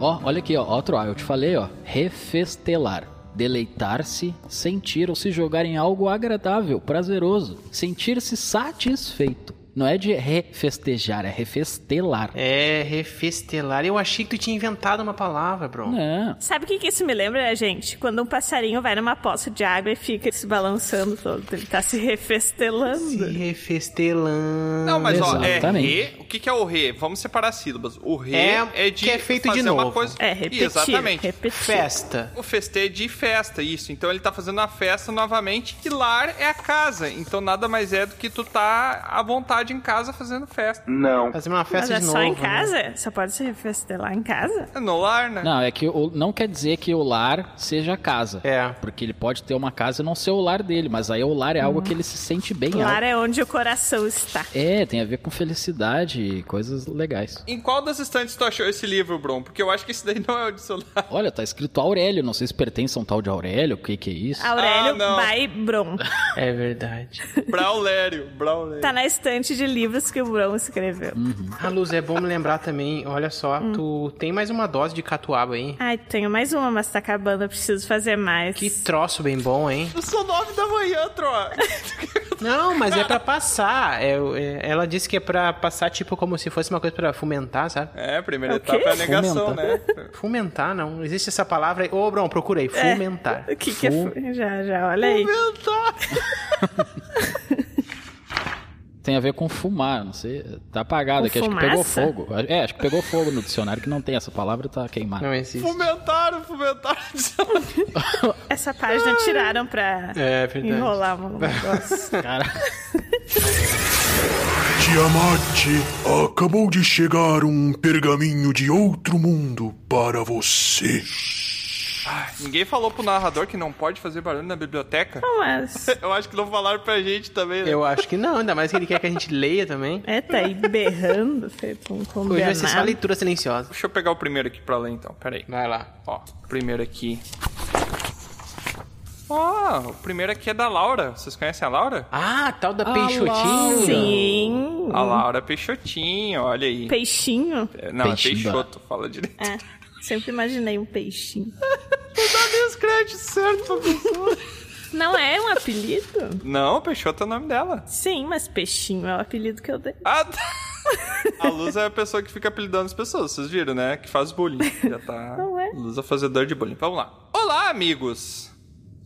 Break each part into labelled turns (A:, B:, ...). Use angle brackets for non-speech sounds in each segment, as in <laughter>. A: Ó, olha aqui, ó, outro A, eu te falei, ó. Refestelar. Deleitar-se, sentir ou se jogar em algo agradável, prazeroso. Sentir-se satisfeito. Não é de refestejar, é refestelar.
B: É, refestelar. Eu achei que tu tinha inventado uma palavra, bro.
A: Não.
C: Sabe o que, que isso me lembra, gente? Quando um passarinho vai numa poça de água e fica se balançando todo. Ele tá se
B: Se
C: refestelando.
B: refestelando.
D: Não, mas ó, é
A: Exatamente.
D: re. O que, que é o re? Vamos separar as sílabas. O re
B: É-
D: é, de
B: que é feito de
D: fazer
B: novo.
D: uma coisa.
C: É, repetir.
D: Exatamente.
C: Repetir.
B: Festa.
D: O festê é de festa, isso. Então ele tá fazendo a festa novamente, que lar é a casa. Então nada mais é do que tu tá à vontade em casa fazendo festa.
B: Fazer uma
C: Mas
B: festa
C: é
B: de
C: só
B: novo.
C: em
B: né?
C: casa? Só pode se refestelar em casa?
D: É no lar, né?
A: Não, é que o, não quer dizer que o lar seja a casa.
B: É.
A: Porque ele pode ter uma casa e não ser o lar dele, mas aí o lar é algo que ele se sente bem.
C: Lar é onde o coração está.
A: É, tem a ver com felicidade e coisas legais.
D: Em qual das estantes tu achou esse livro, Bron? Porque eu acho que esse daí não
C: <laughs>
D: é o dicionário.
A: Olha, tá escrito Aurélio, não sei se pertence a um tal de Aurélio, o que que é isso?
C: Aurélio
D: Ah, não.
C: by Bron.
B: É verdade.
D: Braulério. Braulério.
C: Tá na estante de livros que o Bron escreveu.
B: Ah, Luz, é bom me lembrar também. Olha só,
C: Hum.
B: tu tem mais uma dose de catuaba aí.
C: Ai, tenho mais uma, mas tá acabando. Eu preciso fazer mais.
B: Que troço bem bom, hein?
D: Eu sou nove da manhã,
C: <laughs>
D: troa.
B: Não, mas é pra passar. É, é- ela disse que é pra passar, tipo, como se fosse uma coisa pra fomentar, sabe?
D: É, a primeira
C: O quê?
D: etapa é a negação,
A: Fomenta.
C: <laughs>
D: né?
B: Fomentar, não. Existe essa palavra aí. Ô, Bron, procura
C: É.
B: aí. Fomentar.
C: O que, que é? fu- Já, já, olha aí.
A: Tem a ver com fumar, não sei. Tá apagado
C: Com
A: aqui, acho que
C: fumaça?
A: pegou fogo. É, acho que pegou fogo no dicionário que não tem essa palavra, tá queimada.
B: Não existe.
D: Fomentaram, fomentaram.
C: Essa página tiraram pra
B: É verdade.
C: enrolar
B: <laughs>
C: um negócio.
A: Cara,
E: Tiamat, acabou de chegar um pergaminho de outro mundo para você.
D: Ninguém falou pro narrador que não pode fazer barulho na biblioteca?
C: Não, mas...
D: Eu acho que não falaram pra gente também, né?
B: Eu acho que não, ainda mais que ele quer que a gente leia também.
C: É, tá aí berrando, feito um
B: Hoje vai ser só
C: combinado.
B: leitura silenciosa.
D: Deixa eu pegar o primeiro aqui pra ler, então. Peraí.
B: Vai lá.
D: Ó, primeiro aqui. Ó, o primeiro aqui é da Laura. Vocês conhecem a Laura?
B: Ah, tal da Peixotinho.
C: Sim.
D: A Laura Peixotinho, olha aí.
C: Peixinho.
D: É, Não, é
A: Peixinho.
D: Peixoto, fala direito.
C: É, sempre imaginei um peixinho.
D: Cadê os créditos certo?
C: Não é um apelido?
D: Não, Peixoto é o nome dela.
C: Sim, mas peixinho é o apelido que eu dei.
D: Ah, tá. A Luz é a pessoa que fica apelidando as pessoas, vocês viram, né? Que faz bullying. Já tá.
C: Não é?
D: Luz é fazedor de bullying. Vamos lá. Olá, amigos!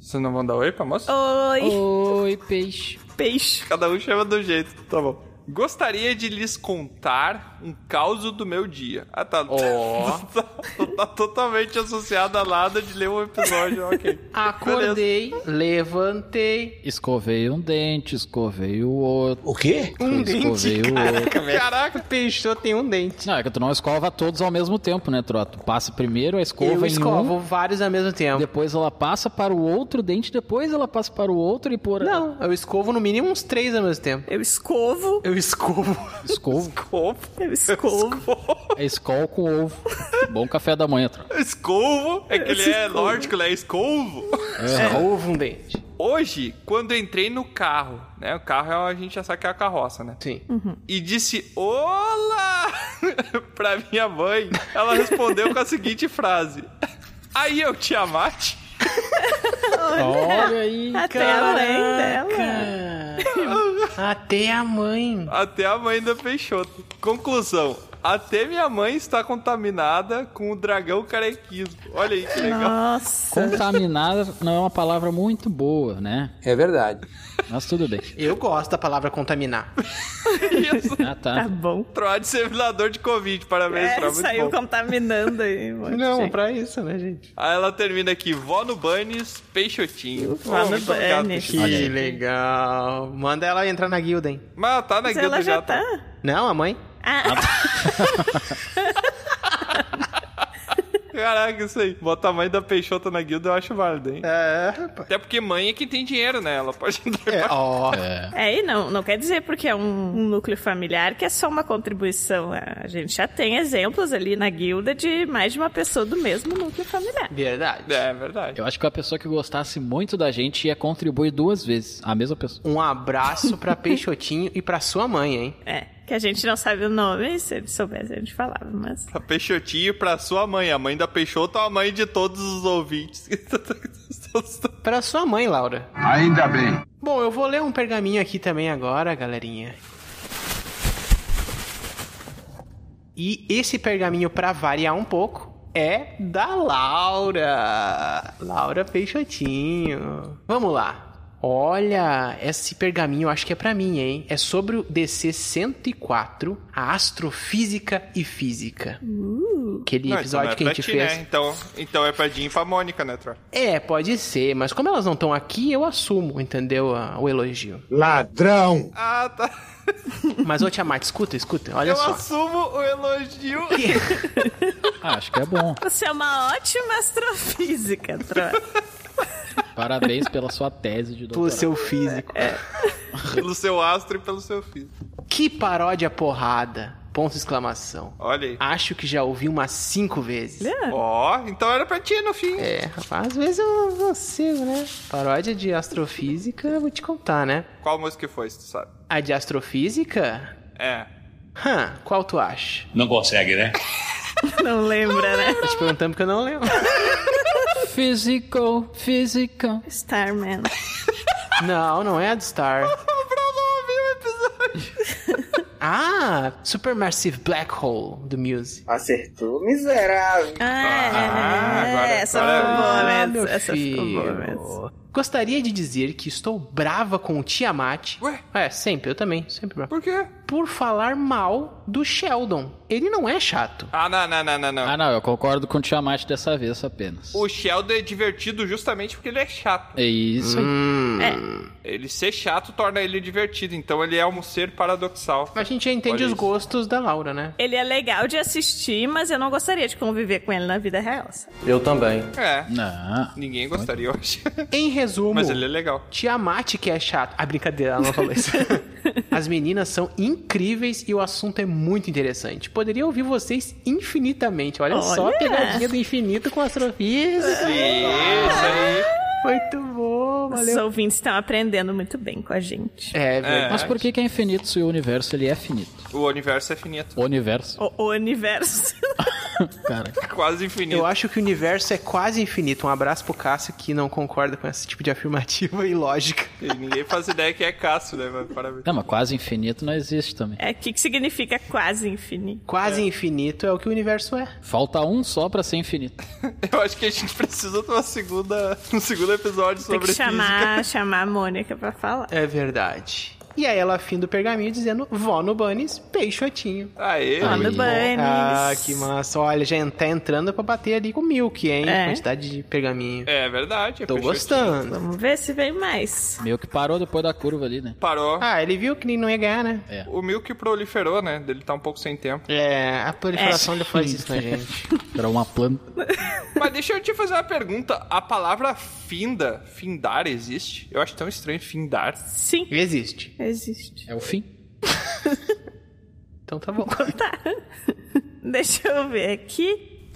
D: Vocês não vão dar oi pra moça?
C: Oi,
A: Oi, peixe.
C: peixe.
D: Cada um chama do jeito, tá bom. Gostaria de lhes contar um caos do meu dia. Ah, tá.
B: Ó.
D: tá, <laughs> tá totalmente associado a nada de ler um episódio, ok. Beleza.
B: Acordei, levantei.
A: Escovei um dente, escovei o outro.
F: O quê?
A: escovei
B: Um dente,
A: o outro.
B: caraca, velho.
D: Caraca.
B: O Peixoto tem um dente.
A: Não, é que tu não escova todos ao mesmo tempo, né, Tro? Tu passa primeiro a escova
B: Eu
A: em
B: escovo
A: um,
B: vários ao mesmo tempo.
A: depois ela passa para o outro dente, depois ela passa para o outro e por...
B: Não, eu escovo no mínimo uns três ao mesmo tempo.
C: Eu escovo,
B: Eu escovo.
A: Escovo.
D: Escovo.
C: eu escovo.
A: É escol com ovo. Bom café da manhã, Tro.
D: Escovo? É que ele é nórdico, ele é escovo.
B: Escovo um dente.
D: Hoje, quando eu entrei no carro, né? O carro é- a gente já sabe que é a carroça, né?
B: Sim.
D: E disse Olá! <laughs> pra minha mãe, ela respondeu com a seguinte frase: Aí eu te amate.
A: Olha aí.
C: Até além dela.
B: Até a mãe.
D: Até a mãe da Peixoto. Conclusão. Até minha mãe está contaminada com o dragão carequismo. Olha aí que legal.
C: Nossa.
A: Contaminar não é uma palavra muito boa, né?
F: É verdade.
A: Mas tudo bem.
B: Eu gosto da palavra contaminar.
D: <laughs> Isso.
A: Ah,
C: Tá
A: tá.
C: bom.
D: Troar disseminador de Covid. Parabéns,
C: É,
D: Troá, muito
C: saiu
D: bom.
C: contaminando aí. um mano.
B: Não, pra isso, né, gente?
D: Aí ela termina aqui. Vó no Banes, Peixotinho.
C: Vó no
D: muito obrigado,
C: Banes.
D: Peixotinho.
A: Olha
B: Que
A: aí.
B: legal. Manda ela entrar na guilda, hein?
D: Mas ela tá na
C: Mas
D: guilda
C: ela já tá.
B: Não, a mãe?
C: Ah,
D: Caraca, isso aí. Bota a mãe da Peixota na guilda, eu acho válido, hein?
B: É, rapaz.
D: Até porque mãe é quem tem dinheiro, né? Ela pode... <laughs>
B: É, ó.
C: é, e não, não quer dizer porque é um, um núcleo familiar que é só uma contribuição. É, A gente já tem exemplos ali na guilda de mais de uma pessoa do mesmo núcleo familiar.
B: Verdade.
D: É, verdade.
A: Eu acho que a pessoa que gostasse muito da gente ia contribuir duas vezes. A mesma pessoa.
B: Um abraço pra Peixotinho e pra sua mãe, hein?
C: É. que a gente não sabe o nome, se ele soubesse a gente falava, mas...
D: Pra Peixotinho, pra sua mãe. A mãe da Peixoto é a mãe de todos os ouvintes. <laughs>
B: Pra sua mãe, Laura.
F: Ainda bem.
B: Bom, eu vou ler um pergaminho aqui também agora, galerinha. E esse pergaminho, pra variar um pouco, é da Laura. Laura Peixotinho. Vamos lá. Olha, esse pergaminho eu acho que é pra mim, hein? É sobre o DC 104, a astrofísica e física. Aquele
D: Não, então
B: episódio
D: não é
B: que a
D: pra
B: gente
D: ti,
B: fez.
D: né? Então, então é pra Jim e pra Mônica, né, Troy?
B: É, pode ser, mas como elas não estão aqui, eu assumo, entendeu? a- O elogio.
F: Ladrão.
D: Ah, tá.
B: Mas, ô Tiamat, escuta, escuta, olha
D: Eu
B: só.
D: assumo o
B: <laughs>
D: elogio.
A: Ah, acho que é bom.
C: Você é uma ótima astrofísica,
B: <laughs>
C: Troy.
A: Parabéns pela sua tese de
B: Pelo
A: doutorado.
B: seu físico.
D: pelo seu astro e pelo seu filho.
B: Que paródia porrada! Ponto exclamação.
D: Olha aí.
B: Acho que já ouvi umas cinco vezes.
D: Ó, então era pra ti no fim.
B: É, rapaz, às vezes eu não consigo, né? Paródia de astrofísica, eu vou te contar, né?
D: Qual música que foi, se tu sabe?
B: A de astrofísica?
D: É.
B: Hã, qual tu acha?
G: Não consegue, né?
C: Não lembra, né?
B: Tô te perguntando porque eu não lembro.
A: Physical, physical.
C: Starman.
B: Não, não é a do
D: <laughs>
B: Star.
D: O Bruno ouviu o episódio.
B: <laughs> Ah, Supermassive Black Hole, do Muse.
H: Acertou, miserável.
C: Ah,
D: Ah, agora-
C: essa
D: agora-
C: ficou boa
B: Ah,
C: mesmo.
B: meu
C: Essa ficou boa
B: filho.
C: mesmo.
B: Gostaria de dizer que estou brava com o Tiamat.
D: Ué?
B: É, sempre, eu também, sempre bravo.
D: Por quê?
B: Por falar mal do Sheldon. Ele não é chato.
D: Ah, não, não, não, não, não.
A: Ah, não, eu concordo com o Tiamat dessa vez apenas.
D: O Sheldon é divertido justamente porque ele é chato.
A: É isso aí.
D: Ele ser chato torna ele divertido, então ele é um ser paradoxal.
B: A gente já entende
D: Olha
B: os
D: isso.
B: gostos da Laura, né?
C: Ele é legal de assistir, mas eu não gostaria de conviver com ele na vida real. sabe?
D: É.
A: Não.
D: Ninguém gostaria, eu acho.
B: Em resumo,
D: <laughs> Mas ele é legal.
B: Tiamat que é chato. Ah, brincadeira, ela não falou isso. As meninas são incríveis e o assunto é muito interessante. Poderia ouvir vocês infinitamente. Olha, só a
C: Olha!
B: pegadinha do infinito com astrofísica.
D: Isso aí.
B: Muito bom,
C: Os
B: valeu.
C: ouvintes estão aprendendo muito bem com a gente.
B: É, verdade.
A: Mas por que, que é infinito se o universo ele é finito?
D: O universo é finito. <laughs>
A: O
C: <laughs>
A: universo,
C: O, o universo. <laughs>
A: cara.
D: Quase infinito.
B: Eu acho que o universo é quase infinito. Um abraço pro Cássio que não concorda com esse tipo de afirmativa <laughs> e lógica.
D: E ninguém faz ideia que é Cássio, né? Mas parabéns.
A: Não, mas quase infinito não existe também.
C: É, o que, que significa quase infinito?
B: Quase infinito é o que o universo é.
A: Falta um só pra ser infinito.
D: Eu acho que a gente precisa de uma segunda, <laughs> um segundo episódio
C: Tem
D: sobre
C: que
D: física.
C: chamar, chamar a Mônica pra falar.
B: É verdade. E aí ela fim do pergaminho dizendo vó no Bunnies, peixotinho.
D: Aê.
A: Ah,
C: Fala,
A: Aí.
C: Bunnies.
B: Ah, que massa. Olha, já tá entrando pra bater ali com o Milk, hein?
C: É.
B: Quantidade de pergaminho.
D: É verdade. é
B: Tô
D: Peixotinho.
B: gostando.
C: Vamos ver se vem mais.
A: Meio que parou depois da curva ali, né?
D: Parou.
B: Ah, ele viu que ele não ia ganhar, né?
D: O Milk proliferou, né? Ele tá um pouco sem tempo.
B: É, a proliferação ele faz isso na gente.
A: Era uma planta.
D: Mas deixa eu te fazer uma pergunta. A palavra finda, findar, existe? Eu acho tão estranho findar.
C: Sim,
B: <laughs> Existe.
C: existe.
A: É o fim.
B: Então tá <laughs> bom.
C: Deixa eu ver aqui.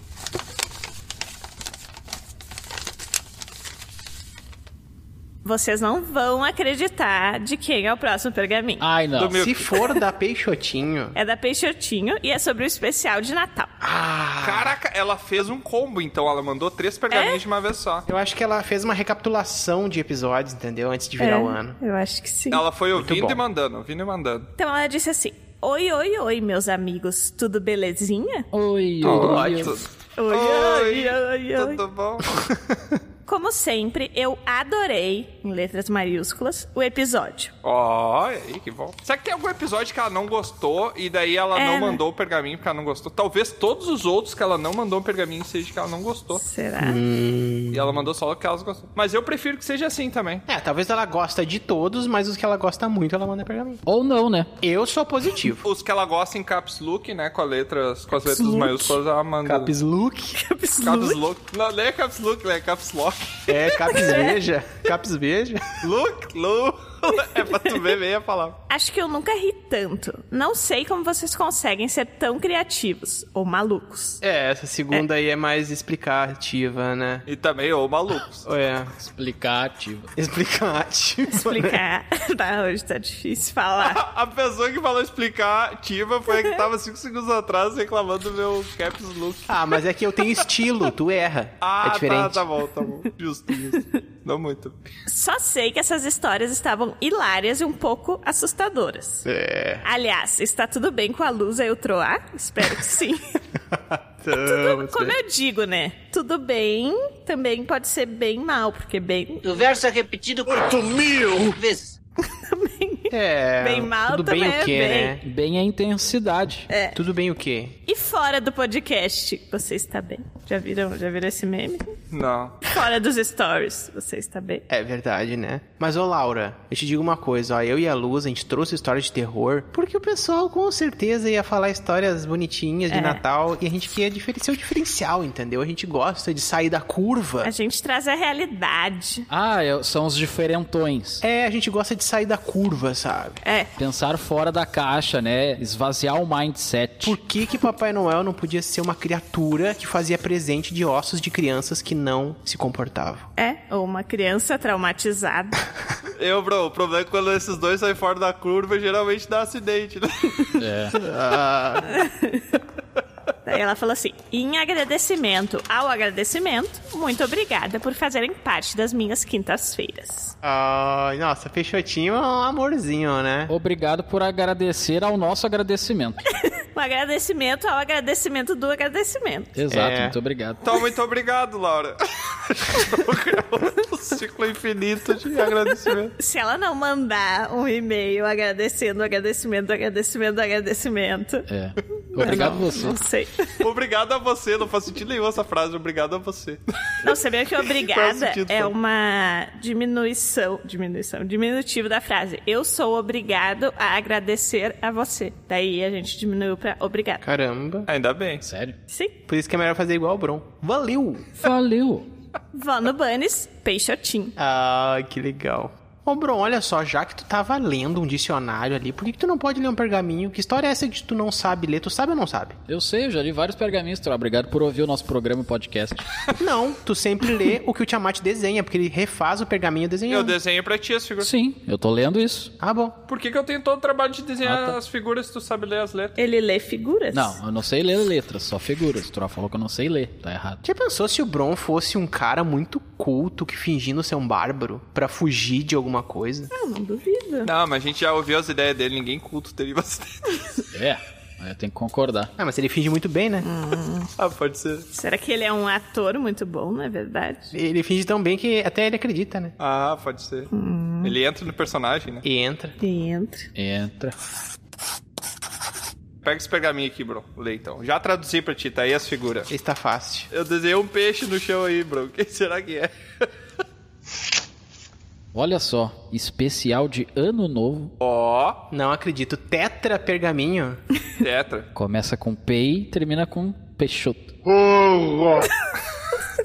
C: Vocês não vão acreditar de quem é o próximo pergaminho.
B: Ah.
A: Ai, não.
D: Do meu-
B: Se for da peixotinho,
C: É da Peixotinho e é sobre o especial de Natal.
D: Caraca, ela fez um combo, então. Ela mandou três
C: É?
D: pergaminhos de uma vez só.
B: Eu acho que ela fez uma recapitulação de episódios, entendeu? Antes de virar
C: É,
B: Ah, o ano. É
C: Eu acho que sim.
D: Ela foi ouvindo
B: bom.
D: e mandando, ouvindo e mandando.
C: Então ela disse assim: Oi, oi, oi, meus amigos, tudo belezinha?
A: Oi, oi,
D: Ótimo.
A: oi.
C: Oi, oi, oi, oi.
D: Tudo bom?
C: Como sempre, eu adorei, em letras maiúsculas, o episódio.
D: Ó, e aí, que bom. Será que tem algum episódio que ela não gostou e daí ela
C: É,
D: não
C: né?
D: mandou o pergaminho porque ela não gostou? Talvez todos os outros que ela não mandou o pergaminho seja que ela não gostou.
C: Será? <laughs>
D: E ela mandou só o que elas gostou. Mas eu prefiro que seja assim também.
B: É, talvez ela gosta de todos, mas os que ela gosta muito, ela manda pergaminho.
A: Ou não, né?
B: Eu sou positivo.
D: Os que ela gosta em caps look, né? Com, a letras, com as letras maiúsculas, ela manda.
B: <laughs> Caps Look.
C: Caps
D: Caps
C: Lock.
D: Look. Não, nem é Caps Look, né? É Caps Lock.
B: É, Caps Veja. Caps Veja.
D: Look, <laughs> look. É pra tu ver bem a palavra.
C: Acho que eu nunca ri tanto. Não sei como vocês conseguem ser tão criativos ou malucos.
B: É, essa segunda aí é mais explicativa, né?
D: E também, ô, malucos.
B: É,
A: Explicativa.
B: explicativa.
C: Explicar. tá, hoje tá difícil falar.
D: A pessoa que falou explicativa foi a que tava 5 segundos atrás reclamando do meu caps look.
B: Ah, mas é que eu tenho estilo, tu erra.
D: Ah,
B: é
D: tá,
B: diferente.
D: tá bom, tá bom. Justo, justo. Não muito.
C: Só sei que essas histórias estavam hilárias e um pouco assustadoras.
B: É.
C: Aliás, está tudo bem com a luz aí eu troar? Espero que sim.
B: Então,
C: Como eu digo, né? Tudo bem também pode ser bem mal, porque bem,
G: O verso é repetido
E: Oito mil!
G: vezes.
B: é.
C: bem mal
B: Tudo
C: também
B: bem
C: é
B: o quê,
C: bem.
B: né?
A: Bem a intensidade.
B: Tudo bem o quê?
C: E fora do podcast, você está bem? Já viram, já viram esse meme?
D: Não.
C: Fora dos stories, você está bem?
B: É verdade, né? Mas, ô Laura, eu te digo uma coisa, ó. Eu e a Luz, a gente trouxe história de terror porque o pessoal com certeza ia falar histórias bonitinhas
C: É.
B: de Natal e a gente queria diferen- ser o diferencial, entendeu? A gente gosta de sair da curva.
C: A gente traz a realidade.
A: Ah, eu- são os diferentões.
B: É, a gente gosta de sair da curva, sabe?
C: É,
A: Pensar fora da caixa, né? Esvaziar o mindset.
B: Por que que Papai Noel não podia ser uma criatura que fazia presente de ossos de crianças que não se comportavam?
C: é. Ou uma criança traumatizada.
D: Eu, bro, o problema é que quando esses dois saem fora da curva, geralmente dá acidente, né?
C: Daí ela falou assim: em agradecimento ao agradecimento, muito obrigada por fazerem parte das minhas quintas-feiras.
B: Ai, nossa, Peixotinho é um amorzinho, né?
A: Obrigado por agradecer ao nosso
C: <laughs>
A: agradecimento.
C: Um agradecimento ao agradecimento do agradecimento.
A: Exato,
B: É.
A: muito obrigado.
D: Então, muito obrigado, Laura. um <laughs> ciclo infinito de agradecimento.
C: Se ela não mandar um e-mail agradecendo, agradecimento, agradecimento, agradecimento. <laughs>
A: É. Obrigado
C: eu não,
A: você.
C: Não sei.
D: Obrigado a você, não faz sentido nenhum essa frase, obrigado a você.
C: Não, sabia
A: <laughs>
C: que é
D: Faz
C: obrigada
D: sentido,
C: é
D: sabe?
C: uma diminuição, diminuição, diminutivo da frase. Eu sou obrigado a agradecer a você. Daí a gente diminuiu pra obrigado.
B: Caramba.
D: Ainda bem.
A: Sério?
C: Sim.
B: Por isso que é melhor fazer igual o Bron. Valeu!
A: Valeu.
C: Vano Banes, Peixotinho.
B: Ah, que legal. Ô, Bron, olha só, já que tu tava lendo um dicionário ali, por que, que tu não pode ler um pergaminho? Que história é essa que tu não sabe ler? Tu sabe ou não <laughs> sabe?
A: Eu sei, eu já li vários pergaminhos. Troá. Obrigado por ouvir o nosso programa e podcast.
B: Não, tu sempre lê o que o Tiamat desenha, porque ele refaz o pergaminho
D: Eu
B: desenhando.
D: desenho pra ti as figuras.
A: Sim, eu tô lendo isso.
B: Ah, bom.
D: Por que, que eu tenho todo o trabalho de desenhar
A: Ah, tá.
D: as figuras se tu sabe ler as letras?
C: Ele lê figuras?
A: Não, eu não sei ler letras, só figuras. Troá falou que eu não sei ler, tá errado.
B: Já pensou se o Bron fosse um cara muito culto que fingindo ser um bárbaro pra fugir de alguma coisa?
C: Ah, Não, não duvido.
D: Não, mas a gente já ouviu as ideias dele, ninguém culto teria bastante.
A: É, eu tenho que concordar.
B: Ah, mas ele finge muito bem, né?
D: <laughs> Ah, pode ser.
C: Será que ele é um ator muito bom, não é verdade?
B: Ele finge tão bem que até ele acredita, né?
D: Ah, pode ser. Ele entra no personagem, né?
B: E entra.
C: Dentro.
A: Entra.
D: Pega esse pergaminho aqui, bro. Lê então. Já traduzi pra ti, tá aí as figuras.
B: Está fácil.
D: Eu desenhei um peixe no chão aí, bro. Quem será que é?
A: Olha só, especial de ano novo.
D: Ó,
B: Não acredito. Tetra pergaminho?
D: tetra.
A: Começa com pei e termina com peixoto.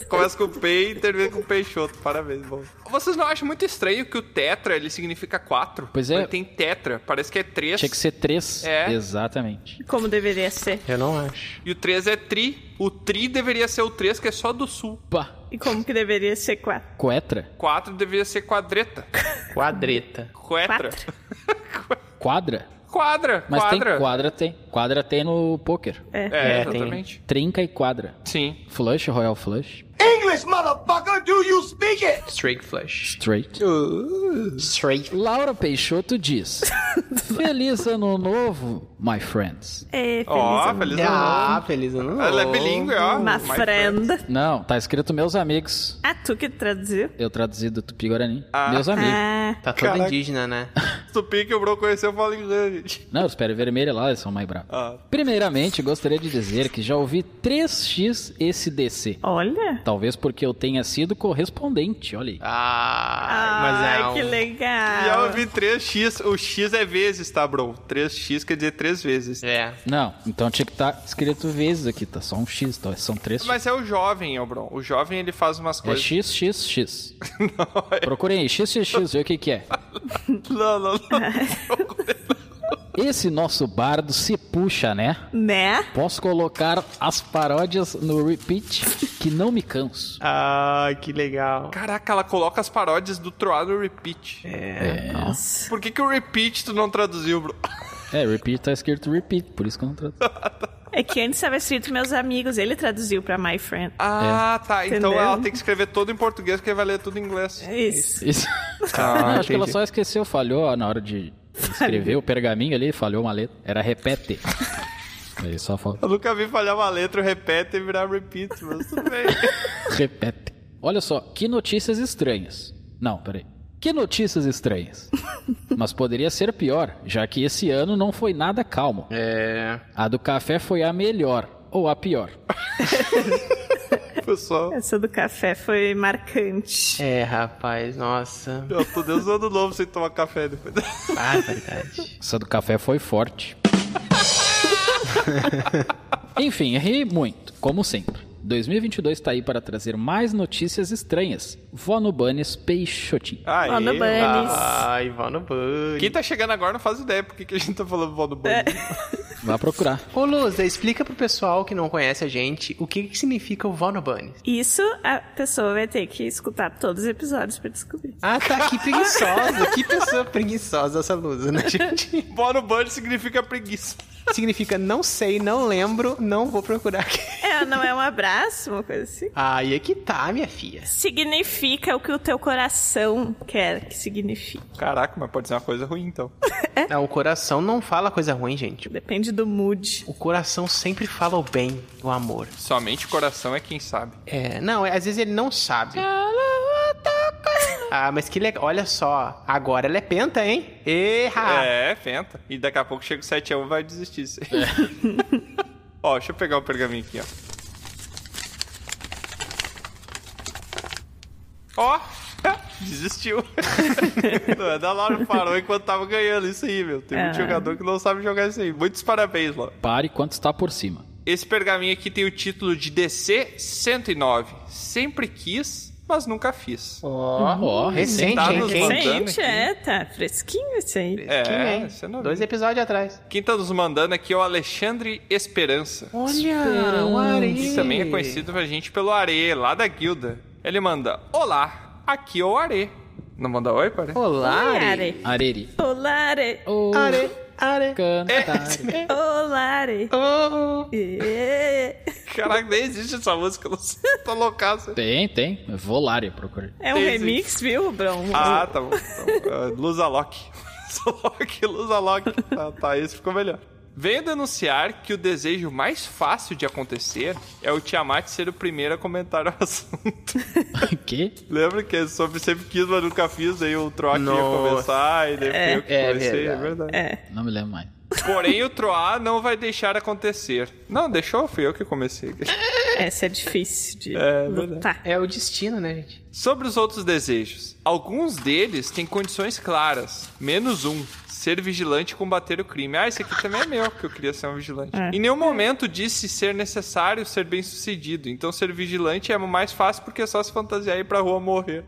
D: Começa com pei e termina com peixoto. Parabéns, bom. Vocês não acham muito estranho que o tetra, ele significa quatro?
A: Pois é.
D: Ele tem tetra, parece que é três.
A: Tinha que ser três.
D: É.
A: Exatamente.
C: Como deveria ser.
B: Eu não acho.
D: E o três é tri. O tri deveria ser o três, que é só do sul.
A: Pá,
C: E como que deveria ser quatro?
A: coetra?
D: Quatro deveria ser quadreta.
B: Quadreta.
D: Quetra.
A: Quadra?
D: Quadra,
A: Mas
D: quadra.
A: tem quadra, tem. Quadra tem no poker.
D: É,
B: É, tem.
D: exatamente.
A: Trinca e quadra.
D: Sim.
A: Flush, Royal Flush.
F: English, motherfucker, do you speak it?
B: Straight flush.
A: Straight.
B: Straight.
A: Laura Peixoto diz: Feliz ano novo, my friends.
C: É, feliz
D: Ó,
C: ano
D: feliz ano
B: Ah, feliz ano
D: novo.
B: novo.
D: Ela é bilíngue, ó. é
C: Uma
D: My
C: frenda.
A: Não, tá escrito meus amigos.
C: Ah, tu que traduziu?
A: Eu traduzi do Tupi Guarani. Meus amigos.
C: Ah,
B: Tá todo
D: Caraca.
B: indígena, né?
D: Tupi que o Bro conheceu fala inglês, gente.
A: Não, os pele vermelho lá, eles são mais bravos.
D: Ah.
A: Primeiramente, gostaria de dizer que já ouvi 3x esse DC.
C: olha.
A: Talvez porque eu tenha sido correspondente, olha aí.
B: Ah,
C: Ai,
B: mas é um...
C: que legal.
D: Já ouvi 3x. O x é vezes, tá, Bro? 3x quer dizer 3 vezes.
B: É.
A: Não, então tinha que estar escrito vezes aqui, tá só um X, tá? são 3
D: Mas é o jovem, ó, Bro. O jovem ele faz umas
A: É
D: coisas. <laughs>
A: XXX. Procurem aí, XXX, vê o que que é.
D: Não, não, não.
A: <laughs> Esse nosso bardo se puxa, né?
C: Né?
A: Posso colocar as paródias no repeat que não me canso.
B: Ah, que legal.
D: Caraca, ela coloca as paródias do Troá no repeat.
A: É.
C: Nossa.
D: Por que, que o repeat tu não traduziu, bro?
A: É, repeat tá escrito repeat, por isso que eu não trato.
D: <laughs>
C: É que antes estava escrito meus amigos, ele traduziu pra my friend.
D: Ah, tá. Então
C: Entendeu?
D: ela tem que escrever todo em português, porque vai ler tudo em inglês.
C: É Isso.
A: Isso. <laughs>
B: Ah,
A: acho que ela
B: entendi.
A: só esqueceu, falhou na hora
D: <laughs>
A: de escrever o pergaminho ali, falhou uma letra. Era
D: <laughs>
A: repete. Aí só falta
D: Eu nunca vi falhar uma letra, repete e virar repeat, mas tudo
C: <laughs>
D: bem.
A: repete. Olha só, que notícias estranhas. Não, peraí. Que notícias estranhas. Mas poderia ser pior, já que esse ano não foi nada calmo.
B: É.
A: A do café foi a melhor, ou a pior.
D: Pessoal,
C: Essa do café foi marcante.
B: É, rapaz, nossa.
D: eu tô Deus ano novo sem tomar café depois.
B: Barbaridade.
A: Essa do café foi forte. Enfim, errei muito, como sempre. 2022 tá aí para trazer mais notícias estranhas. Vó no Banes Peixotinho.
D: Aí,
C: Ó, no Bunnies.
B: Ai, vó no banho.
D: Quem tá chegando agora não faz ideia porque que a gente tá falando vó do
C: É.
D: banho.
A: Vá procurar.
B: Ô, Luza, explica pro pessoal que não conhece a gente o que, que significa o vó no banho.
C: Isso a pessoa vai ter que escutar todos os episódios pra descobrir.
B: Ah, tá, que preguiçosa. que pessoa preguiçosa essa Luza, né, gente?
D: Vó no banho significa preguiça.
B: Significa não sei, não lembro, não vou procurar aqui.
C: É, não é um abraço, uma coisa assim?
B: Aí é que tá, minha filha.
C: Significa o que o teu coração quer que signifique.
D: Caraca, mas pode ser uma coisa ruim então.
B: É? Não, o coração não fala coisa ruim, gente.
C: Depende do mood.
B: O coração sempre fala o bem, o amor.
D: Somente o coração é quem sabe.
B: É, não, é- às vezes ele não sabe. Ah, mas que legal. Olha só, agora ela é penta, hein? Erra!
D: É, penta. E daqui a pouco chega o 7 a 1 e vai desistir. isso aí.
B: É. <laughs>
D: ó, deixa eu pegar o pergaminho aqui, ó. Ó, <laughs>
B: <laughs>
D: desistiu. não é da Laura, parou enquanto tava ganhando isso aí, meu. Tem
B: É.
D: muito jogador que não sabe jogar isso aí. Muitos parabéns, Laura.
A: Pare quanto está por cima.
D: Esse pergaminho aqui tem o título de DC 109. Sempre quis, mas nunca fiz.
A: Ó,
B: Recente,
D: tá
B: hein?
D: nos
B: Quem?
D: mandando.
C: Gente, é, tá fresquinho isso aí.
B: Quem,
D: É,
B: hein?
D: você não
B: Dois episódios atrás.
D: Quem tá nos mandando aqui é o Alexandre Esperança.
B: Olha, o Ari.
D: que também é conhecido pra gente pelo Are, lá da guilda. Ele manda: Olá, aqui é o Are. Não manda oi, pare?
B: Olá, Ari.
C: Olare.
A: Areri.
C: Olare.
A: O
B: Ari, Ari.
A: cantare.
C: Olare.
B: Oh,
C: É.
D: Caraca, nem existe essa música, <laughs> eu não sei. Tô loucaço.
A: Tem, tem. Volária, procurei. <laughs>
C: É um
D: Tem, sim.
C: remix, viu, Bron?
D: Ah, tá bom. Tá bom. Ah, Lusa <laughs> Loki. Lusa Loki, Lusa Loki. Tá, tá, esse ficou melhor. Venho denunciar que o desejo mais fácil de acontecer é o Tiamat ser o primeiro a comentar o <laughs> assunto.
A: que?
D: Lembra que é sobre sempre quis, mas nunca fiz, aí o Troca ia
B: Nossa.
D: começar, e daí é, eu que
B: É
D: comecei, é
B: verdade.
D: verdade.
A: Não me lembro mais.
D: Porém, o Troá não vai deixar acontecer. Não, deixou, fui eu que comecei.
C: Essa é difícil de
D: É,
C: lutar.
B: É o destino, né, gente?
D: Sobre os outros desejos. Alguns deles têm condições claras. Menos um. Ser vigilante e combater o crime. Ah, esse aqui também é meu, que eu queria ser um vigilante. Em nenhum momento disse ser necessário ser bem sucedido. Então ser vigilante é mais fácil porque é só se fantasiar e ir pra rua morrer.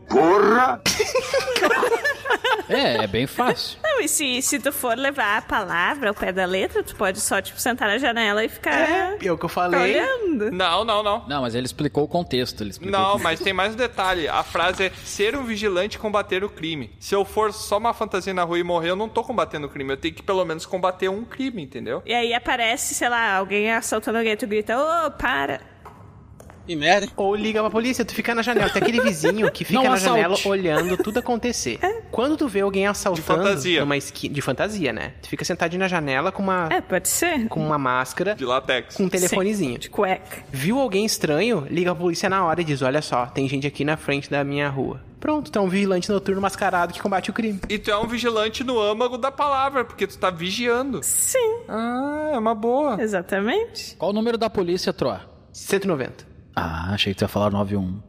A: É, é bem fácil.
C: Não, e se, se tu for levar a palavra ao pé da letra, tu pode só, tipo, sentar na janela e ficar
B: É o que eu
C: ficar
B: falei.
C: olhando.
D: Não, não, não.
A: Não, mas ele explicou o contexto. Ele explicou o
D: Não,
A: contexto.
D: mas tem mais um detalhe. A frase é ser um vigilante e combater o crime. Se eu for só uma fantasia na rua e morrer, eu não tô combatendo o crime. Eu tenho que pelo menos combater um crime, entendeu?
C: E aí aparece, sei lá, alguém assaltando alguém, tu grita, ô, para.
G: Que merda.
B: Ou liga pra polícia, tu fica na janela. Tem aquele vizinho que fica
A: Não
B: na
A: assalte.
B: janela olhando tudo acontecer. Quando tu vê alguém assaltando
D: fantasia.
B: numa esquina. De fantasia, né? Tu fica sentadinho na janela com uma,
C: É, pode ser.
B: com uma máscara,
D: De latex.
B: com um telefonezinho.
C: De cueca.
B: Viu alguém estranho, liga a polícia na hora e diz: Olha só, tem gente aqui na frente da minha rua. Pronto, tá um vigilante noturno mascarado que combate o crime.
D: E tu é um vigilante no âmago da palavra, porque tu tá vigiando.
C: Sim,
D: Ah, é uma boa.
C: exatamente.
A: Qual o número da polícia, Troá?
B: 190.
A: Ah, achei que tu ia falar 91.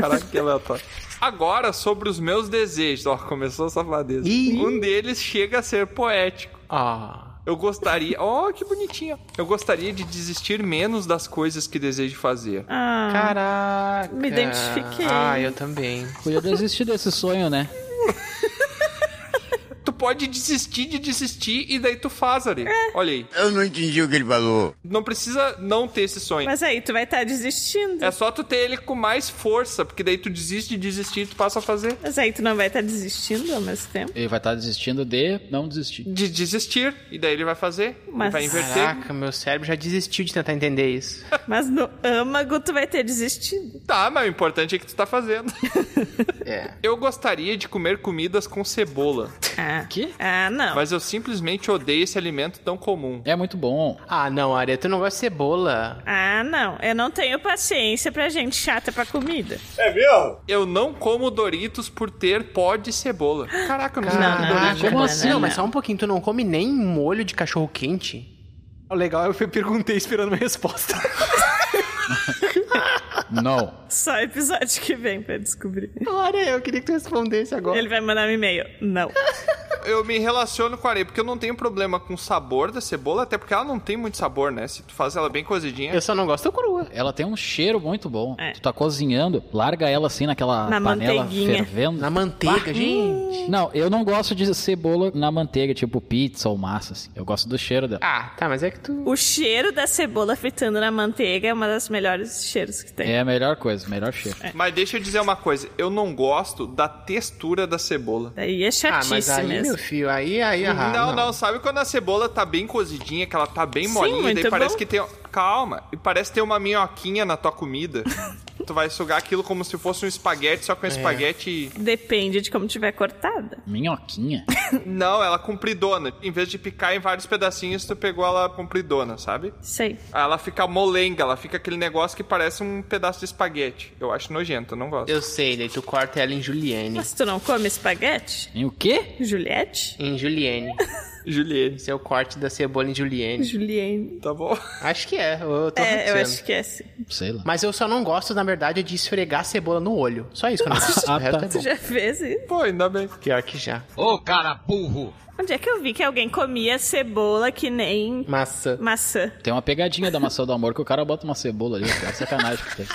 D: Caraca, que aleatório. Agora, sobre os meus desejos. Ó, começou a safadeza.
B: Ih.
D: Um deles chega a ser poético.
B: Ah.
D: Eu gostaria... Ó, que bonitinha. Eu gostaria de desistir menos das coisas que desejo fazer.
C: Ah,
B: Caraca.
C: Me identifiquei.
B: Ah, eu também.
A: Podia desistir desse sonho, né?
D: pode desistir de desistir e daí tu faz ali.
C: É.
D: Olha aí.
I: Eu não entendi o que ele falou.
D: Não precisa não ter esse sonho.
C: Mas aí tu vai estar desistindo.
D: É só tu ter ele com mais força, porque daí tu desiste de desistir e tu passa a fazer.
C: Mas aí tu não vai estar desistindo ao mesmo tempo.
A: Ele vai estar desistindo de não desistir.
D: De desistir, e daí ele vai fazer, ele
C: Mas-
D: vai inverter.
B: Caraca, meu cérebro já desistiu de tentar entender isso.
C: Mas no âmago tu vai ter desistido.
D: Tá, mas o importante é que tu tá fazendo. <laughs>
B: É.
D: Eu gostaria de comer comidas com cebola,
C: Ah.
A: Quê?
C: Ah, não.
D: mas eu simplesmente odeio esse alimento tão comum.
A: É muito bom.
B: Ah, não, Aria, tu não gosta de cebola.
C: Ah, não. Eu não tenho paciência pra gente chata pra comida.
I: É mesmo?
D: Eu não como Doritos por ter pó de cebola. Caraca, eu não, sei
C: Não,
D: que
C: não, não,
D: Doritos.
A: como
C: não,
A: assim?
B: Não,
C: não,
B: mas só um pouquinho, tu não come nem molho de cachorro quente? O legal é que eu perguntei esperando uma resposta. <laughs>
A: Não.
C: Só episódio que vem pra descobrir.
B: Aria, eu queria que tu respondesse agora.
C: Ele vai mandar um e-mail. Não.
D: Eu me relaciono com a areia, porque eu não tenho problema com o sabor da cebola, até porque ela não tem muito sabor, né? Se tu faz ela bem cozidinha.
B: Eu só não gosto crua.
A: Ela tem um cheiro muito bom.
C: É.
A: Tu tá cozinhando, larga ela assim naquela
C: Na
A: panela
C: manteiguinha.
A: fervendo.
B: Na manteiga, gente.
A: Não, eu não gosto de cebola na manteiga, tipo pizza ou massa, assim. Eu gosto do cheiro dela.
B: Ah, tá, mas é que tu.
C: O cheiro da cebola fritando na manteiga é uma das melhores cheiros que tem.
A: É a melhor coisa, melhor cheiro.
C: É.
D: Mas deixa eu dizer uma coisa, eu não gosto da textura da cebola.
C: Daí é
B: Ah,
C: chatice
B: mas aí,
C: mesmo.
B: meu filho, aí, aí, ah,
D: não, não, sabe quando a cebola tá bem cozidinha, que ela tá bem
C: Sim,
D: molinha,
C: muito
D: daí parece
C: bom.
D: que tem. um, Calma, e parece ter uma minhoquinha na tua comida. tu vai sugar aquilo como se fosse um espaguete, só com um espaguete.
C: Depende de como tiver cortada.
A: Minhoquinha.
D: Não, ela compridona. Em vez de picar em vários pedacinhos, tu pegou ela compridona, sabe?
C: Sei.
D: Ela fica molenga, ela fica aquele negócio que parece um pedaço de espaguete. Eu acho nojento, eu não gosto.
B: Eu sei, daí tu corta ela em julienne.
C: Mas tu não come espaguete?
A: Em o quê?
C: Juliette?
B: Em julienne.
D: Juliene,
B: Esse é o corte da cebola em julienne.
C: Julienne.
D: tá bom? <laughs>
B: Acho que é, eu tô
C: É, eu
B: acontecendo.
C: acho que é assim.
A: Sei lá.
B: Mas eu só não gosto, na verdade, de esfregar a cebola no olho. Só isso que eu não
C: <laughs>
B: gosto.
A: Ah,
B: O resto
A: tá.
B: é
C: Tu
B: bom.
C: já fez isso?
D: Pô, ainda bem.
B: Pior que já.
C: Onde é que eu vi que alguém comia cebola que nem
B: Maçã.
C: maçã?
A: Tem uma pegadinha da maçã do amor que o cara bota uma cebola ali, cara. Sacanagem que tem.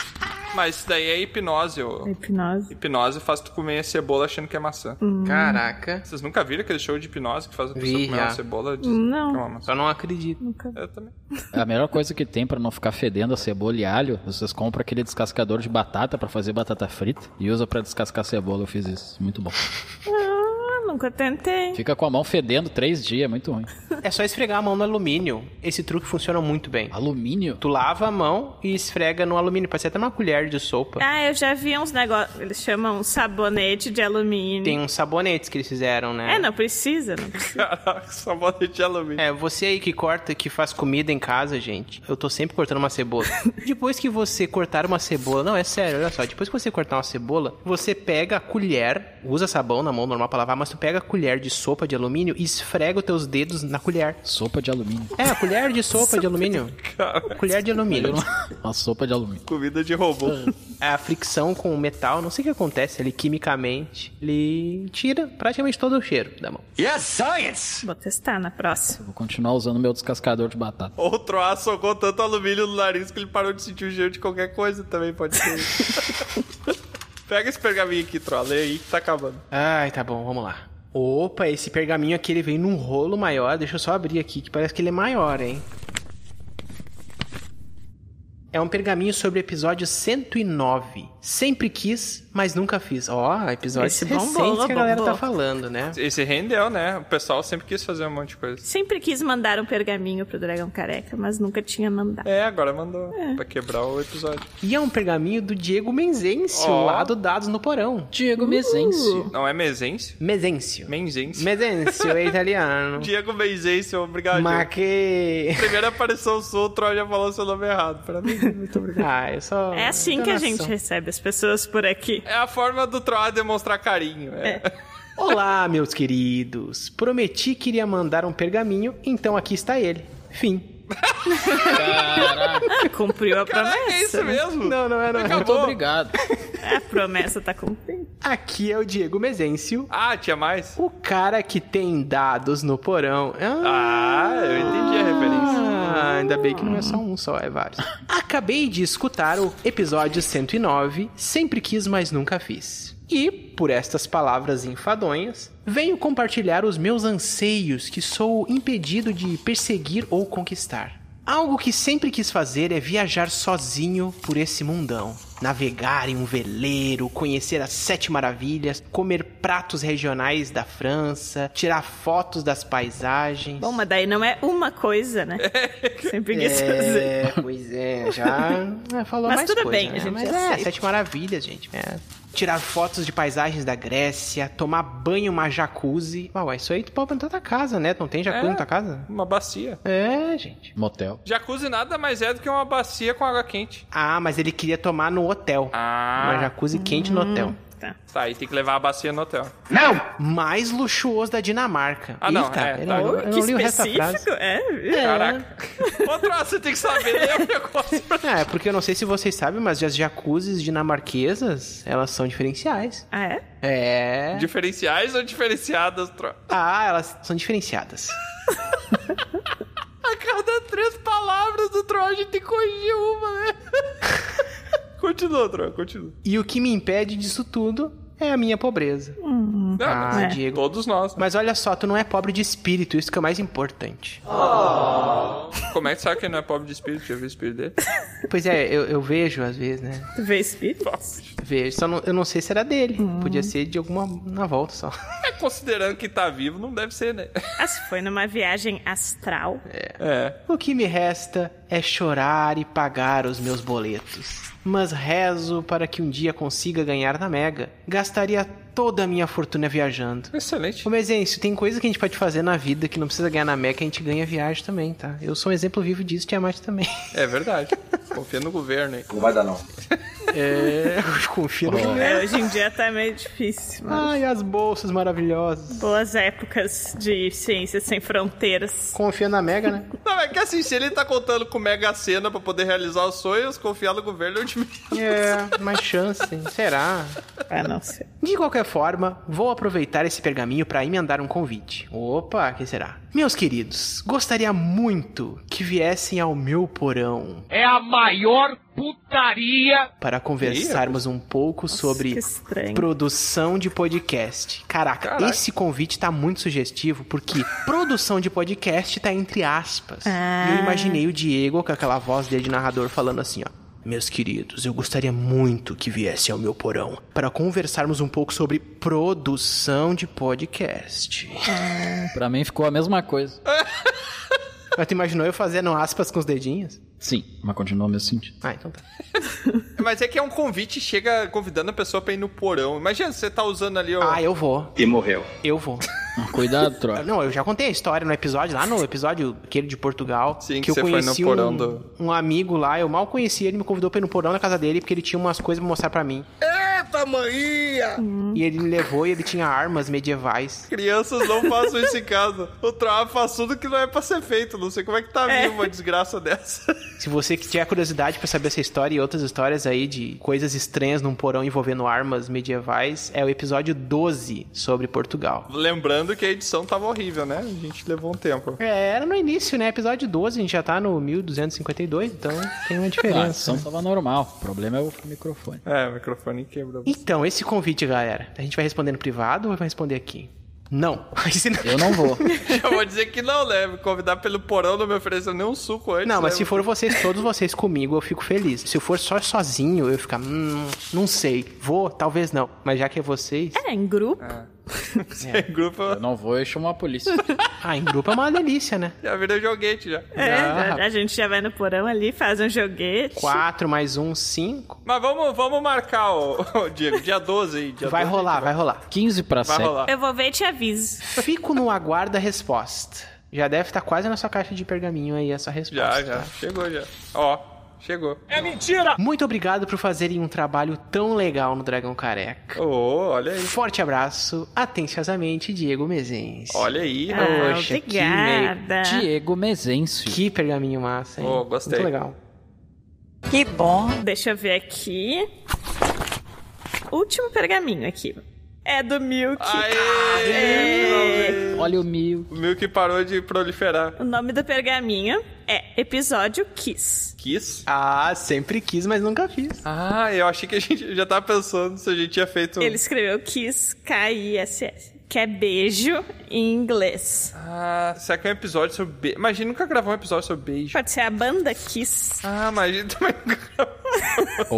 D: Mas isso daí é hipnose, ô.
C: Hipnose.
D: Hipnose faz tu comer a cebola achando que é maçã.
B: Hum.
C: Hum.
B: Caraca.
D: Vocês nunca viram aquele show de hipnose que faz a pessoa
B: Vi,
D: comer uma
B: já.
D: cebola? De... é
C: Não.
B: Só não acredito.
D: Eu também.
A: É A melhor coisa que tem pra não ficar fedendo a cebola e alho, vocês compram aquele descascador de batata pra fazer batata frita e usa pra descascar a cebola. Eu fiz isso. Muito bom.
C: Ah, nunca tentei.
A: Fica com a mão fedendo três dias, é muito ruim.
B: É só esfregar a mão no alumínio. Esse truque funciona muito bem.
A: Alumínio?
B: Tu lava a mão e esfrega no alumínio. Parece até uma colher de sopa.
C: Ah, eu já vi uns negócios. Eles chamam um sabonete de alumínio.
B: Tem uns sabonetes que eles fizeram, né?
C: É, não precisa, não precisa.
D: Caraca, só bota de alumínio.
B: É, você aí que corta, que faz comida em casa, gente. Eu tô sempre cortando uma cebola. depois que você cortar uma cebola, não, é sério, olha só. Depois que você cortar uma cebola, você pega a colher, usa sabão na mão normal pra lavar, mas tu pega a colher de sopa de alumínio e esfrega os teus dedos na colher.
A: Sopa de alumínio.
B: É, a colher de sopa de alumínio. Colher de alumínio.
A: <laughs>
B: É
A: Uma sopa de alumínio.
D: Comida de robô.
B: A fricção com o metal, não sei o que acontece ali quimicamente, ele tira praticamente todo o cheiro da mão.
I: Yes, science!
C: Vou testar na próxima.
A: Vou continuar usando meu descascador de batata.
D: Outro A socou tanto alumínio no nariz que ele parou de sentir o cheiro de qualquer coisa também, pode ser. Pega esse pergaminho aqui, Troa, lê aí que tá acabando.
B: Ai, tá bom, vamos lá. Opa, esse pergaminho aqui ele vem num rolo maior. Deixa eu só abrir aqui, que parece que ele é maior, hein? É um pergaminho sobre o episódio 109. Sempre quis, mas nunca fiz. Ó, episódios
C: Esse é
B: recentes
C: bombou,
B: que a galera
C: bombou.
B: tá falando, né?
D: Esse rendeu, né? O pessoal sempre quis fazer um monte de coisa.
C: Sempre quis mandar um pergaminho pro Dragão Careca, mas nunca tinha mandado.
D: É, agora mandou. Pra quebrar o episódio.
B: E é um pergaminho do Diego Menzencio,
D: Ó.
B: lá do Dados no Porão.
A: Diego Mezencio.
D: Não é Mezencio?
B: Menzencio.
D: Menzencio.
B: Menzencio é
C: <laughs>
B: italiano.
D: Diego Mezencio, obrigado.
B: Ma
D: Mac...
B: que... <laughs>
D: Primeiro apareceu o Sul, o Troll já falou seu nome errado. Pra mim, É, muito obrigado.
B: Ah, eu só...
C: É assim que a gente
B: entonação.
C: recebe as pessoas por aqui. <laughs>
D: É a forma do Troll demonstrar carinho. É.
B: Olá, meus queridos. Prometi que iria mandar um pergaminho, então aqui está ele. Fim.
C: Cumpriu a
D: Caraca,
C: promessa. né?
D: é isso mesmo?
B: Não, não é, não. é.
A: Muito
D: Acabou.
A: obrigado.
C: A promessa tá cumprida.
B: Aqui é o Diego Mezencio,
D: Ah, tinha mais?
B: o cara que tem dados no porão.
D: Ah, eu entendi a referência.
B: Ah, ainda bem que não é só um só, é <laughs> vários. Acabei de escutar o episódio 109, Sempre Quis, Mas Nunca Fiz. E, por estas palavras enfadonhas, venho compartilhar os meus anseios que sou impedido de perseguir ou conquistar. Algo que sempre quis fazer é viajar sozinho por esse mundão. Navegar em um veleiro, conhecer as sete maravilhas, comer pratos regionais da França, tirar fotos das paisagens.
C: Bom, mas daí não é uma coisa, né? Sempre quis fazer.
B: É, pois é, já é, falou
C: Mas
B: mais
C: tudo
B: coisa,
C: bem,
B: né?
C: a gente
B: Mas é,
C: aceita.
B: Sete Maravilhas, gente. é. Tirar fotos de paisagens da Grécia, tomar banho uma jacuzzi. Uau, isso aí tu pode plantar na tua casa, né? Tu não tem jacuzzi
D: É.
B: na tua casa?
D: Uma bacia.
B: É, gente.
A: Motel.
D: Jacuzzi nada mais é do que uma bacia com água quente.
B: Ah, mas ele queria tomar no hotel. Uma
D: Ah,
B: jacuzzi quente no hotel.
C: Tá.
D: tá. E tem que levar a bacia no hotel.
B: Mais luxuoso da Dinamarca.
D: Ah, não,
B: Eita,
D: é,
B: peraí,
D: tá.
B: eu,
C: Oi,
B: eu
C: que
B: não li o resto da frase.
C: específico. É,
D: Caraca. Outro você tem que saber ler o negócio.
B: É, porque eu não sei se vocês sabem, mas as jacuzzis dinamarquesas, elas são diferenciais.
C: Ah, é?
B: É.
D: Diferenciais ou diferenciadas, tro?
B: Ah, elas são diferenciadas.
D: A cada três palavras do Tro, a gente tem que corrigir uma, né? <laughs> continua, Tro, continua.
B: E o que me impede disso tudo é a minha pobreza.
D: Não,
B: Ah,
D: mas-
C: é.
B: Diego.
D: Todos nós.
B: Mas olha só, tu não é pobre de espírito, isso que é o mais importante.
D: Como é que sabe que ele não é pobre de espírito? Já viu o espírito dele?
B: Pois é, eu, eu vejo às vezes, né?
C: Tu vê espíritos?
B: Vejo, só não, eu não sei se era dele. Podia ser de alguma na volta só. <laughs>
D: É, considerando que tá vivo, não deve ser, né?
C: Ah, se foi numa viagem astral.
D: É.
B: O que me resta é chorar e pagar os meus boletos. Mas rezo para que um dia consiga ganhar na Mega. Gastaria toda a minha fortuna viajando.
D: Excelente.
B: Ô, Mas é isso, tem coisa que a gente pode fazer na vida que não precisa ganhar na Mega, a gente ganha viagem também, tá? Eu sou um exemplo vivo disso, Tiamat também.
D: É verdade. Confia no governo aí.
F: Não vai dar, não.
B: <laughs> É, eu confio no
C: É, hoje em dia tá meio difícil. mas-
B: Ai, as bolsas maravilhosas.
C: Boas épocas de Ciências Sem Fronteiras.
B: Confia na Mega, né?
D: Não, é que assim, se ele tá contando com Mega Sena pra poder realizar os sonhos, confiar no governo é o último.
B: É, mais chance, hein? será?
C: Ah, não sei.
B: De qualquer forma, vou aproveitar esse pergaminho para emendar um convite. Opa, que será? Meus queridos, gostaria muito que viessem ao meu porão. É a maior putaria! Para conversarmos um pouco sobre
C: Que estranho.
B: Produção de podcast. Caraca,
D: Caraca.
B: esse convite tá muito sugestivo, porque produção de podcast tá entre aspas.
C: Ah.
B: E eu imaginei o Diego com aquela voz dele de narrador falando assim, ó. Meus queridos, eu gostaria muito que viesse ao meu porão para conversarmos um pouco sobre produção de podcast.
A: Pra mim ficou a mesma coisa.
B: Mas tu imaginou eu fazendo aspas com os dedinhos?
A: Sim, mas continua o mesmo sentido.
B: Ah, então tá.
D: Mas é que é um convite, chega convidando a pessoa pra ir no porão. Imagina, você tá usando ali o.
B: Ah, eu vou,
F: E morreu.
B: eu vou.
A: Cuidado, Tro.
B: Ah, Não, eu já contei a história no episódio, lá no episódio aquele de Portugal.
D: Sim, que
B: eu
D: você foi no
B: conheci
D: porão
B: um,
D: do-
B: um amigo lá, eu mal conhecia, ele me convidou pra ir no porão da casa dele, porque ele tinha umas coisas pra mostrar pra mim.
F: Eita, Maria!
B: E ele me levou e ele tinha armas medievais.
D: Crianças não façam isso em casa. O Troá faz tudo que não é pra ser feito. Não sei como é que tá vivo uma desgraça dessa.
B: Se você que tiver curiosidade pra saber essa história e outras histórias aí de coisas estranhas num porão envolvendo armas medievais, é o episódio 12 sobre Portugal.
D: Lembrando que a edição tava horrível, né? A gente levou um tempo.
B: É, era no início, né? Episódio 12, a gente já tá no 1252, então tem uma
A: Ah, a
B: diferença. né?
A: edição tava normal. O problema é o microfone.
D: É, o microfone quebrou.
B: Então, esse convite, galera, a gente vai responder no privado ou vai responder aqui? Não. <laughs> Aí se não-
A: Eu não vou.
D: <laughs> Eu vou dizer que não, né? Me convidar pelo porão não me ofereceu nem um suco antes.
B: Não, mas
D: né?
B: se for vocês, todos vocês comigo, eu fico feliz. Se eu for só sozinho, eu ficar, hum, não sei. Vou, talvez não. Mas já que é vocês.
C: É, em grupo.
D: Se é grupo,
A: Eu não vou e chamo a polícia.
B: Ah, em grupo é uma delícia, né?
D: já virou joguete já.
C: É,
B: Ah.
C: já- a gente já vai no porão ali, faz um joguete.
B: Quatro mais um, cinco.
D: Mas vamos, vamos marcar, o, <laughs> Diego. Dia 12 aí. Dia
B: Vai
D: 12,
B: rolar, vai rolar.
A: 15 pra
D: Vai
A: 7.
D: rolar.
C: Eu vou ver e te aviso.
B: Fico no aguardo da resposta. Já deve estar quase na sua caixa de pergaminho aí essa resposta.
D: Já, já. Chegou já. Ó, chegou.
B: Muito obrigado por fazerem um trabalho tão legal no Dragão Careca.
D: Ô, olha aí.
B: Forte abraço, atenciosamente, Diego Mezense.
D: Olha aí,
C: Ah,
D: rapaz. É.
C: obrigada.
A: Diego Mezencio.
B: Que pergaminho massa, hein?
D: Oh, gostei.
B: Muito legal.
C: Deixa eu ver aqui. Último pergaminho aqui. É do Milk. É.
D: Aê!
A: Olha o mil.
D: O Milk parou de proliferar.
C: O nome do pergaminho é é episódio Kiss.
D: Quis?
B: Ah, sempre quis, mas nunca fiz.
D: Ah, eu achei que a gente já tava pensando se a gente tinha feito. um-
C: Ele escreveu Kiss, K-I-S-S. Que é beijo em inglês.
D: Ah, será que é um episódio sobre beijo? Mas a gente nunca gravou um episódio sobre beijo.
C: Pode ser a banda Kiss.
D: Ah, mas a gente também nunca gravou.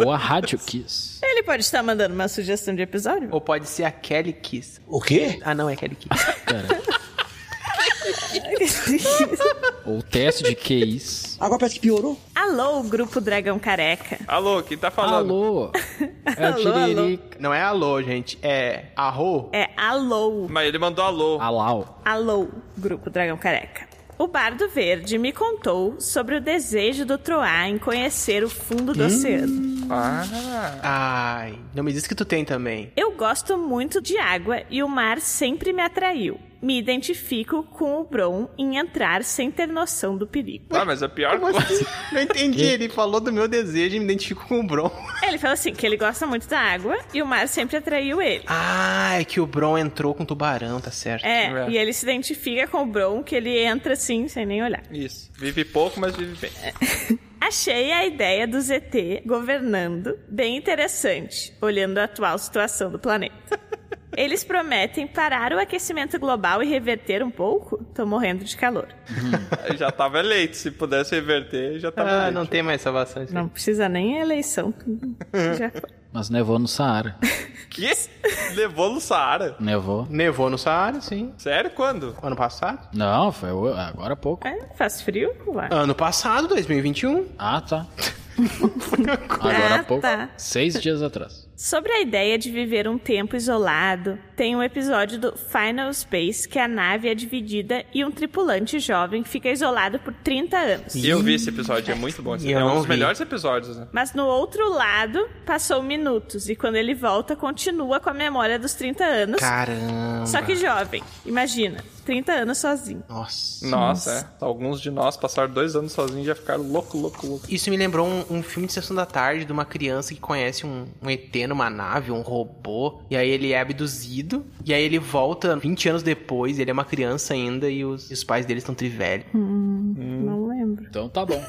A: Ou a Rádio Kiss.
C: Ele pode estar mandando uma sugestão
B: <laughs>
C: de episódio?
B: Ou pode ser a Kelly Kiss.
G: O quê?
B: Ah, não, é Kelly Kiss.
A: Ou teste de QIs.
G: Agora parece que piorou.
C: Alô, grupo Dragão Careca.
D: Alô, quem tá falando?
A: Alô! É a
C: Alô, alô.
A: Tiririca.
B: <laughs> não é alô, gente. É arro.
C: É alô,
D: Mas ele mandou alô.
A: Ah, Alau.
C: alô, grupo Dragão Careca. O Bardo Verde me contou sobre o desejo do Troá em conhecer o fundo do oceano.
D: Ah.
B: Ai, não me diz que tu tem também.
C: Eu gosto muito de água e o mar sempre me atraiu. Me identifico com o Bron em entrar sem ter noção do perigo.
D: Ah, mas a pior
B: Como
D: coisa.
B: assim? Não entendi. Ele falou do meu desejo e me identifico com o Bron.
C: Ele falou assim que ele gosta muito da água e o mar sempre atraiu ele.
B: Ah, é que o Bron entrou com o tubarão, tá certo.
C: É,
D: É.
C: e ele se identifica com o Bron que ele entra assim sem nem olhar.
D: Isso. Vive pouco, mas vive bem.
C: Achei a ideia do ZT governando bem interessante, olhando a atual situação do planeta. Eles prometem parar o aquecimento global e reverter um pouco? Tô morrendo de calor.
D: já tava eleito. Se pudesse reverter, já tava
B: Ah,
D: eleito.
B: não tem mais salvação. isso aí.
C: Não precisa nem eleição. Já foi.
A: Mas nevou no Saara.
D: Que? Levou no Saara?
A: Nevou.
B: Nevou no Saara, sim.
D: Sério? Quando?
B: Ano passado?
A: Não, foi o- agora há pouco.
C: É, faz frio? Ué.
B: Ano passado, 2021.
A: Ah, tá. Agora
C: Ah,
A: há
D: É,
A: pouco.
C: tá.
A: Seis dias atrás.
C: Sobre a ideia de viver um tempo isolado, tem um episódio do Final Space que a nave é dividida e um tripulante jovem fica isolado por 30 anos.
D: Eu vi esse episódio, é muito bom. esse-
B: Eu
D: É um
B: não
D: dos
B: vi.
D: melhores episódios, né?
C: Mas no outro lado, passou minutos e quando ele volta, continua com a memória dos 30 anos.
B: Caramba.
C: Só que jovem, imagina, 30 anos sozinho.
B: Nossa.
D: Nossa, é. Alguns de nós passaram dois anos sozinhos e já ficaram louco, louco, louco.
B: Isso me lembrou um, um filme de sessão da tarde de uma criança que conhece um, um ET numa nave, um robô, e aí ele é abduzido, e aí ele volta 20 anos depois, ele é uma criança ainda e os, e os pais dele estão trivelhos.
C: Não lembro.
A: Então tá bom.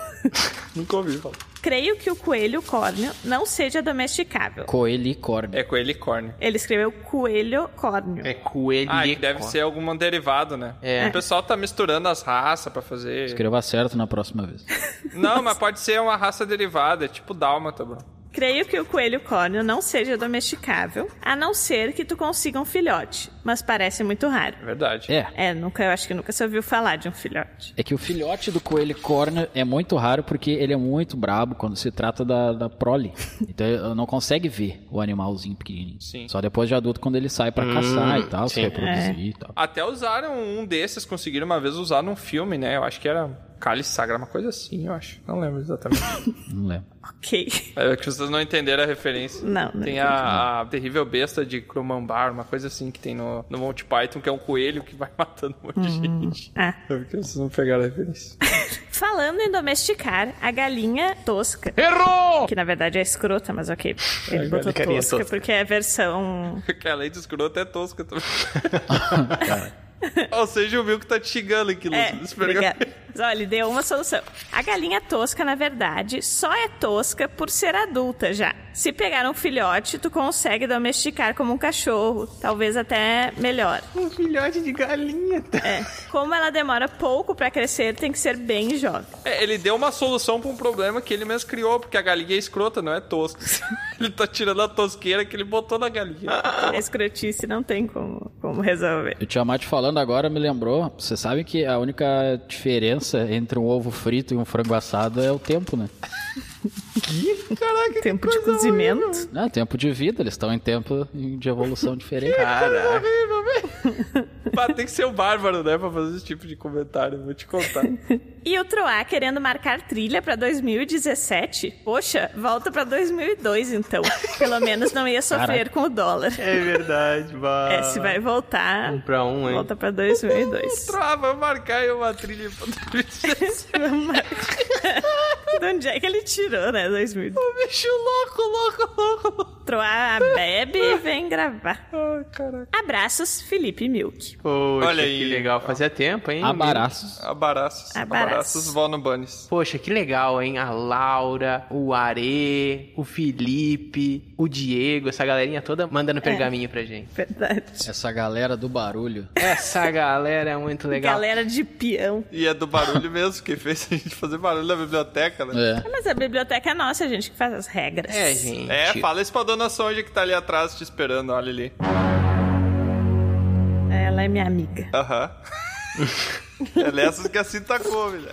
D: Nunca ouvi falar.
C: Creio que o coelho córneo não seja domesticável.
A: Coelicórnio.
D: É com helicórnio.
C: Ele escreveu coelho córneo.
B: É coelho
D: Ah,
B: e
D: que deve
B: cor-
D: ser algum derivado, né?
B: É.
D: O pessoal tá misturando as raças pra fazer.
A: Escreva certo na próxima vez.
D: Não, mas pode ser uma raça derivada, é tipo dálmata, bro.
C: Creio que o coelho córneo não seja domesticável, a não ser que tu consiga um filhote, mas parece muito raro.
D: É Verdade.
A: É.
C: É, nunca, eu acho que nunca se ouviu falar de um filhote.
A: É
C: <laughs>
A: que o filhote do coelicórnio é muito raro porque ele é muito brabo quando se trata da, da prole. Então ele não consegue ver o animalzinho pequenininho.
D: Sim.
A: Só depois de adulto quando ele sai pra caçar e tal, se reproduzir e tal.
D: Até usaram um desses, conseguiram uma vez usar num filme, né? Eu acho que era Cálice Sagra, uma coisa assim, eu acho. Não lembro exatamente.
A: Não lembro.
C: Ok.
D: <laughs> é que vocês não entenderam a referência.
C: Não, não
D: Tem a, a terrível besta de Cromambar, uma coisa assim que tem no, no Monty Python, que é um coelho que vai <laughs> matando um monte de gente.
C: Ah.
D: É porque vocês não pegaram a referência.
C: Falando em domesticar, a galinha tosca. Errou! Que na verdade é escrota, mas ok. Ele botou
B: galinha
C: tosca,
B: tosca.
C: porque é a versão.
D: <laughs> Porque a lei de escroto é
C: <laughs>
D: tosca também. Ou seja, o Milk tá te xingando aqui, Lúcio.
C: É,
D: Espera-
C: obrigada. Mas olha, ele deu uma solução. A galinha tosca, na verdade, só é tosca por ser adulta já. Se pegar um filhote, tu consegue domesticar como um cachorro, talvez até melhor.
B: Um filhote de galinha. tá?
C: É. Como ela demora pouco pra crescer, tem que ser
B: <laughs>
C: bem jovem.
D: É, ele deu uma solução pra um problema que ele mesmo criou, porque a galinha é escrota, não é tosca. ele tá tirando a tosqueira que ele botou na galinha.
C: A É escrotice não tem como, como resolver.
A: O Tiamat falando agora me lembrou, você sabe que a única diferença entre um ovo frito e um frango assado é o tempo, né?
D: Caraca,
C: Tempo de cozimento.
A: Não, é tempo de vida, eles estão em tempo de evolução diferente.
B: Cara.
D: Pá, tem que ser o bárbaro, né, pra fazer esse tipo de comentário, vou te contar.
C: E o Troá querendo marcar trilha pra 2017? Poxa, volta pra 2002 então. Pelo menos não ia sofrer com o dólar.
B: É verdade, vai.
C: É,
D: Ah.
C: se vai voltar,
B: Pra um, hein?
C: volta pra 2002. <laughs>
D: Trava, marcar aí uma trilha pra 2017.
C: De onde é que ele tirou, né? 2000.
D: Bicho louco, louco, louco, louco.
C: Troar bebe
D: <laughs>
C: e vem gravar.
D: Ai, caraca.
C: Abraços, Felipe Milk.
B: Poxa,
D: Olha aí.
B: que legal. Fazia tempo, hein?
A: Abaraços.
C: Abaraços.
D: Abaraços. Abaraços, vó no Bunnies.
B: Poxa, que legal, hein? A Laura, o Are, o Felipe, o Diego, essa galerinha toda
D: É.
B: mandando pergaminho pra gente.
C: Verdade.
A: Essa galera do barulho.
B: Essa galera é muito legal.
C: Galera de peão.
D: E é do barulho mesmo, que fez a gente fazer barulho na biblioteca, né?
A: É.
C: Ah, Mas a biblioteca é nossa, a gente que faz as regras.
B: É, gente.
D: É, fala isso pra dona Sonja que tá ali atrás te esperando, olha ali.
C: Ela é minha amiga.
D: Aham. Ela é essas que assim tacou, velho.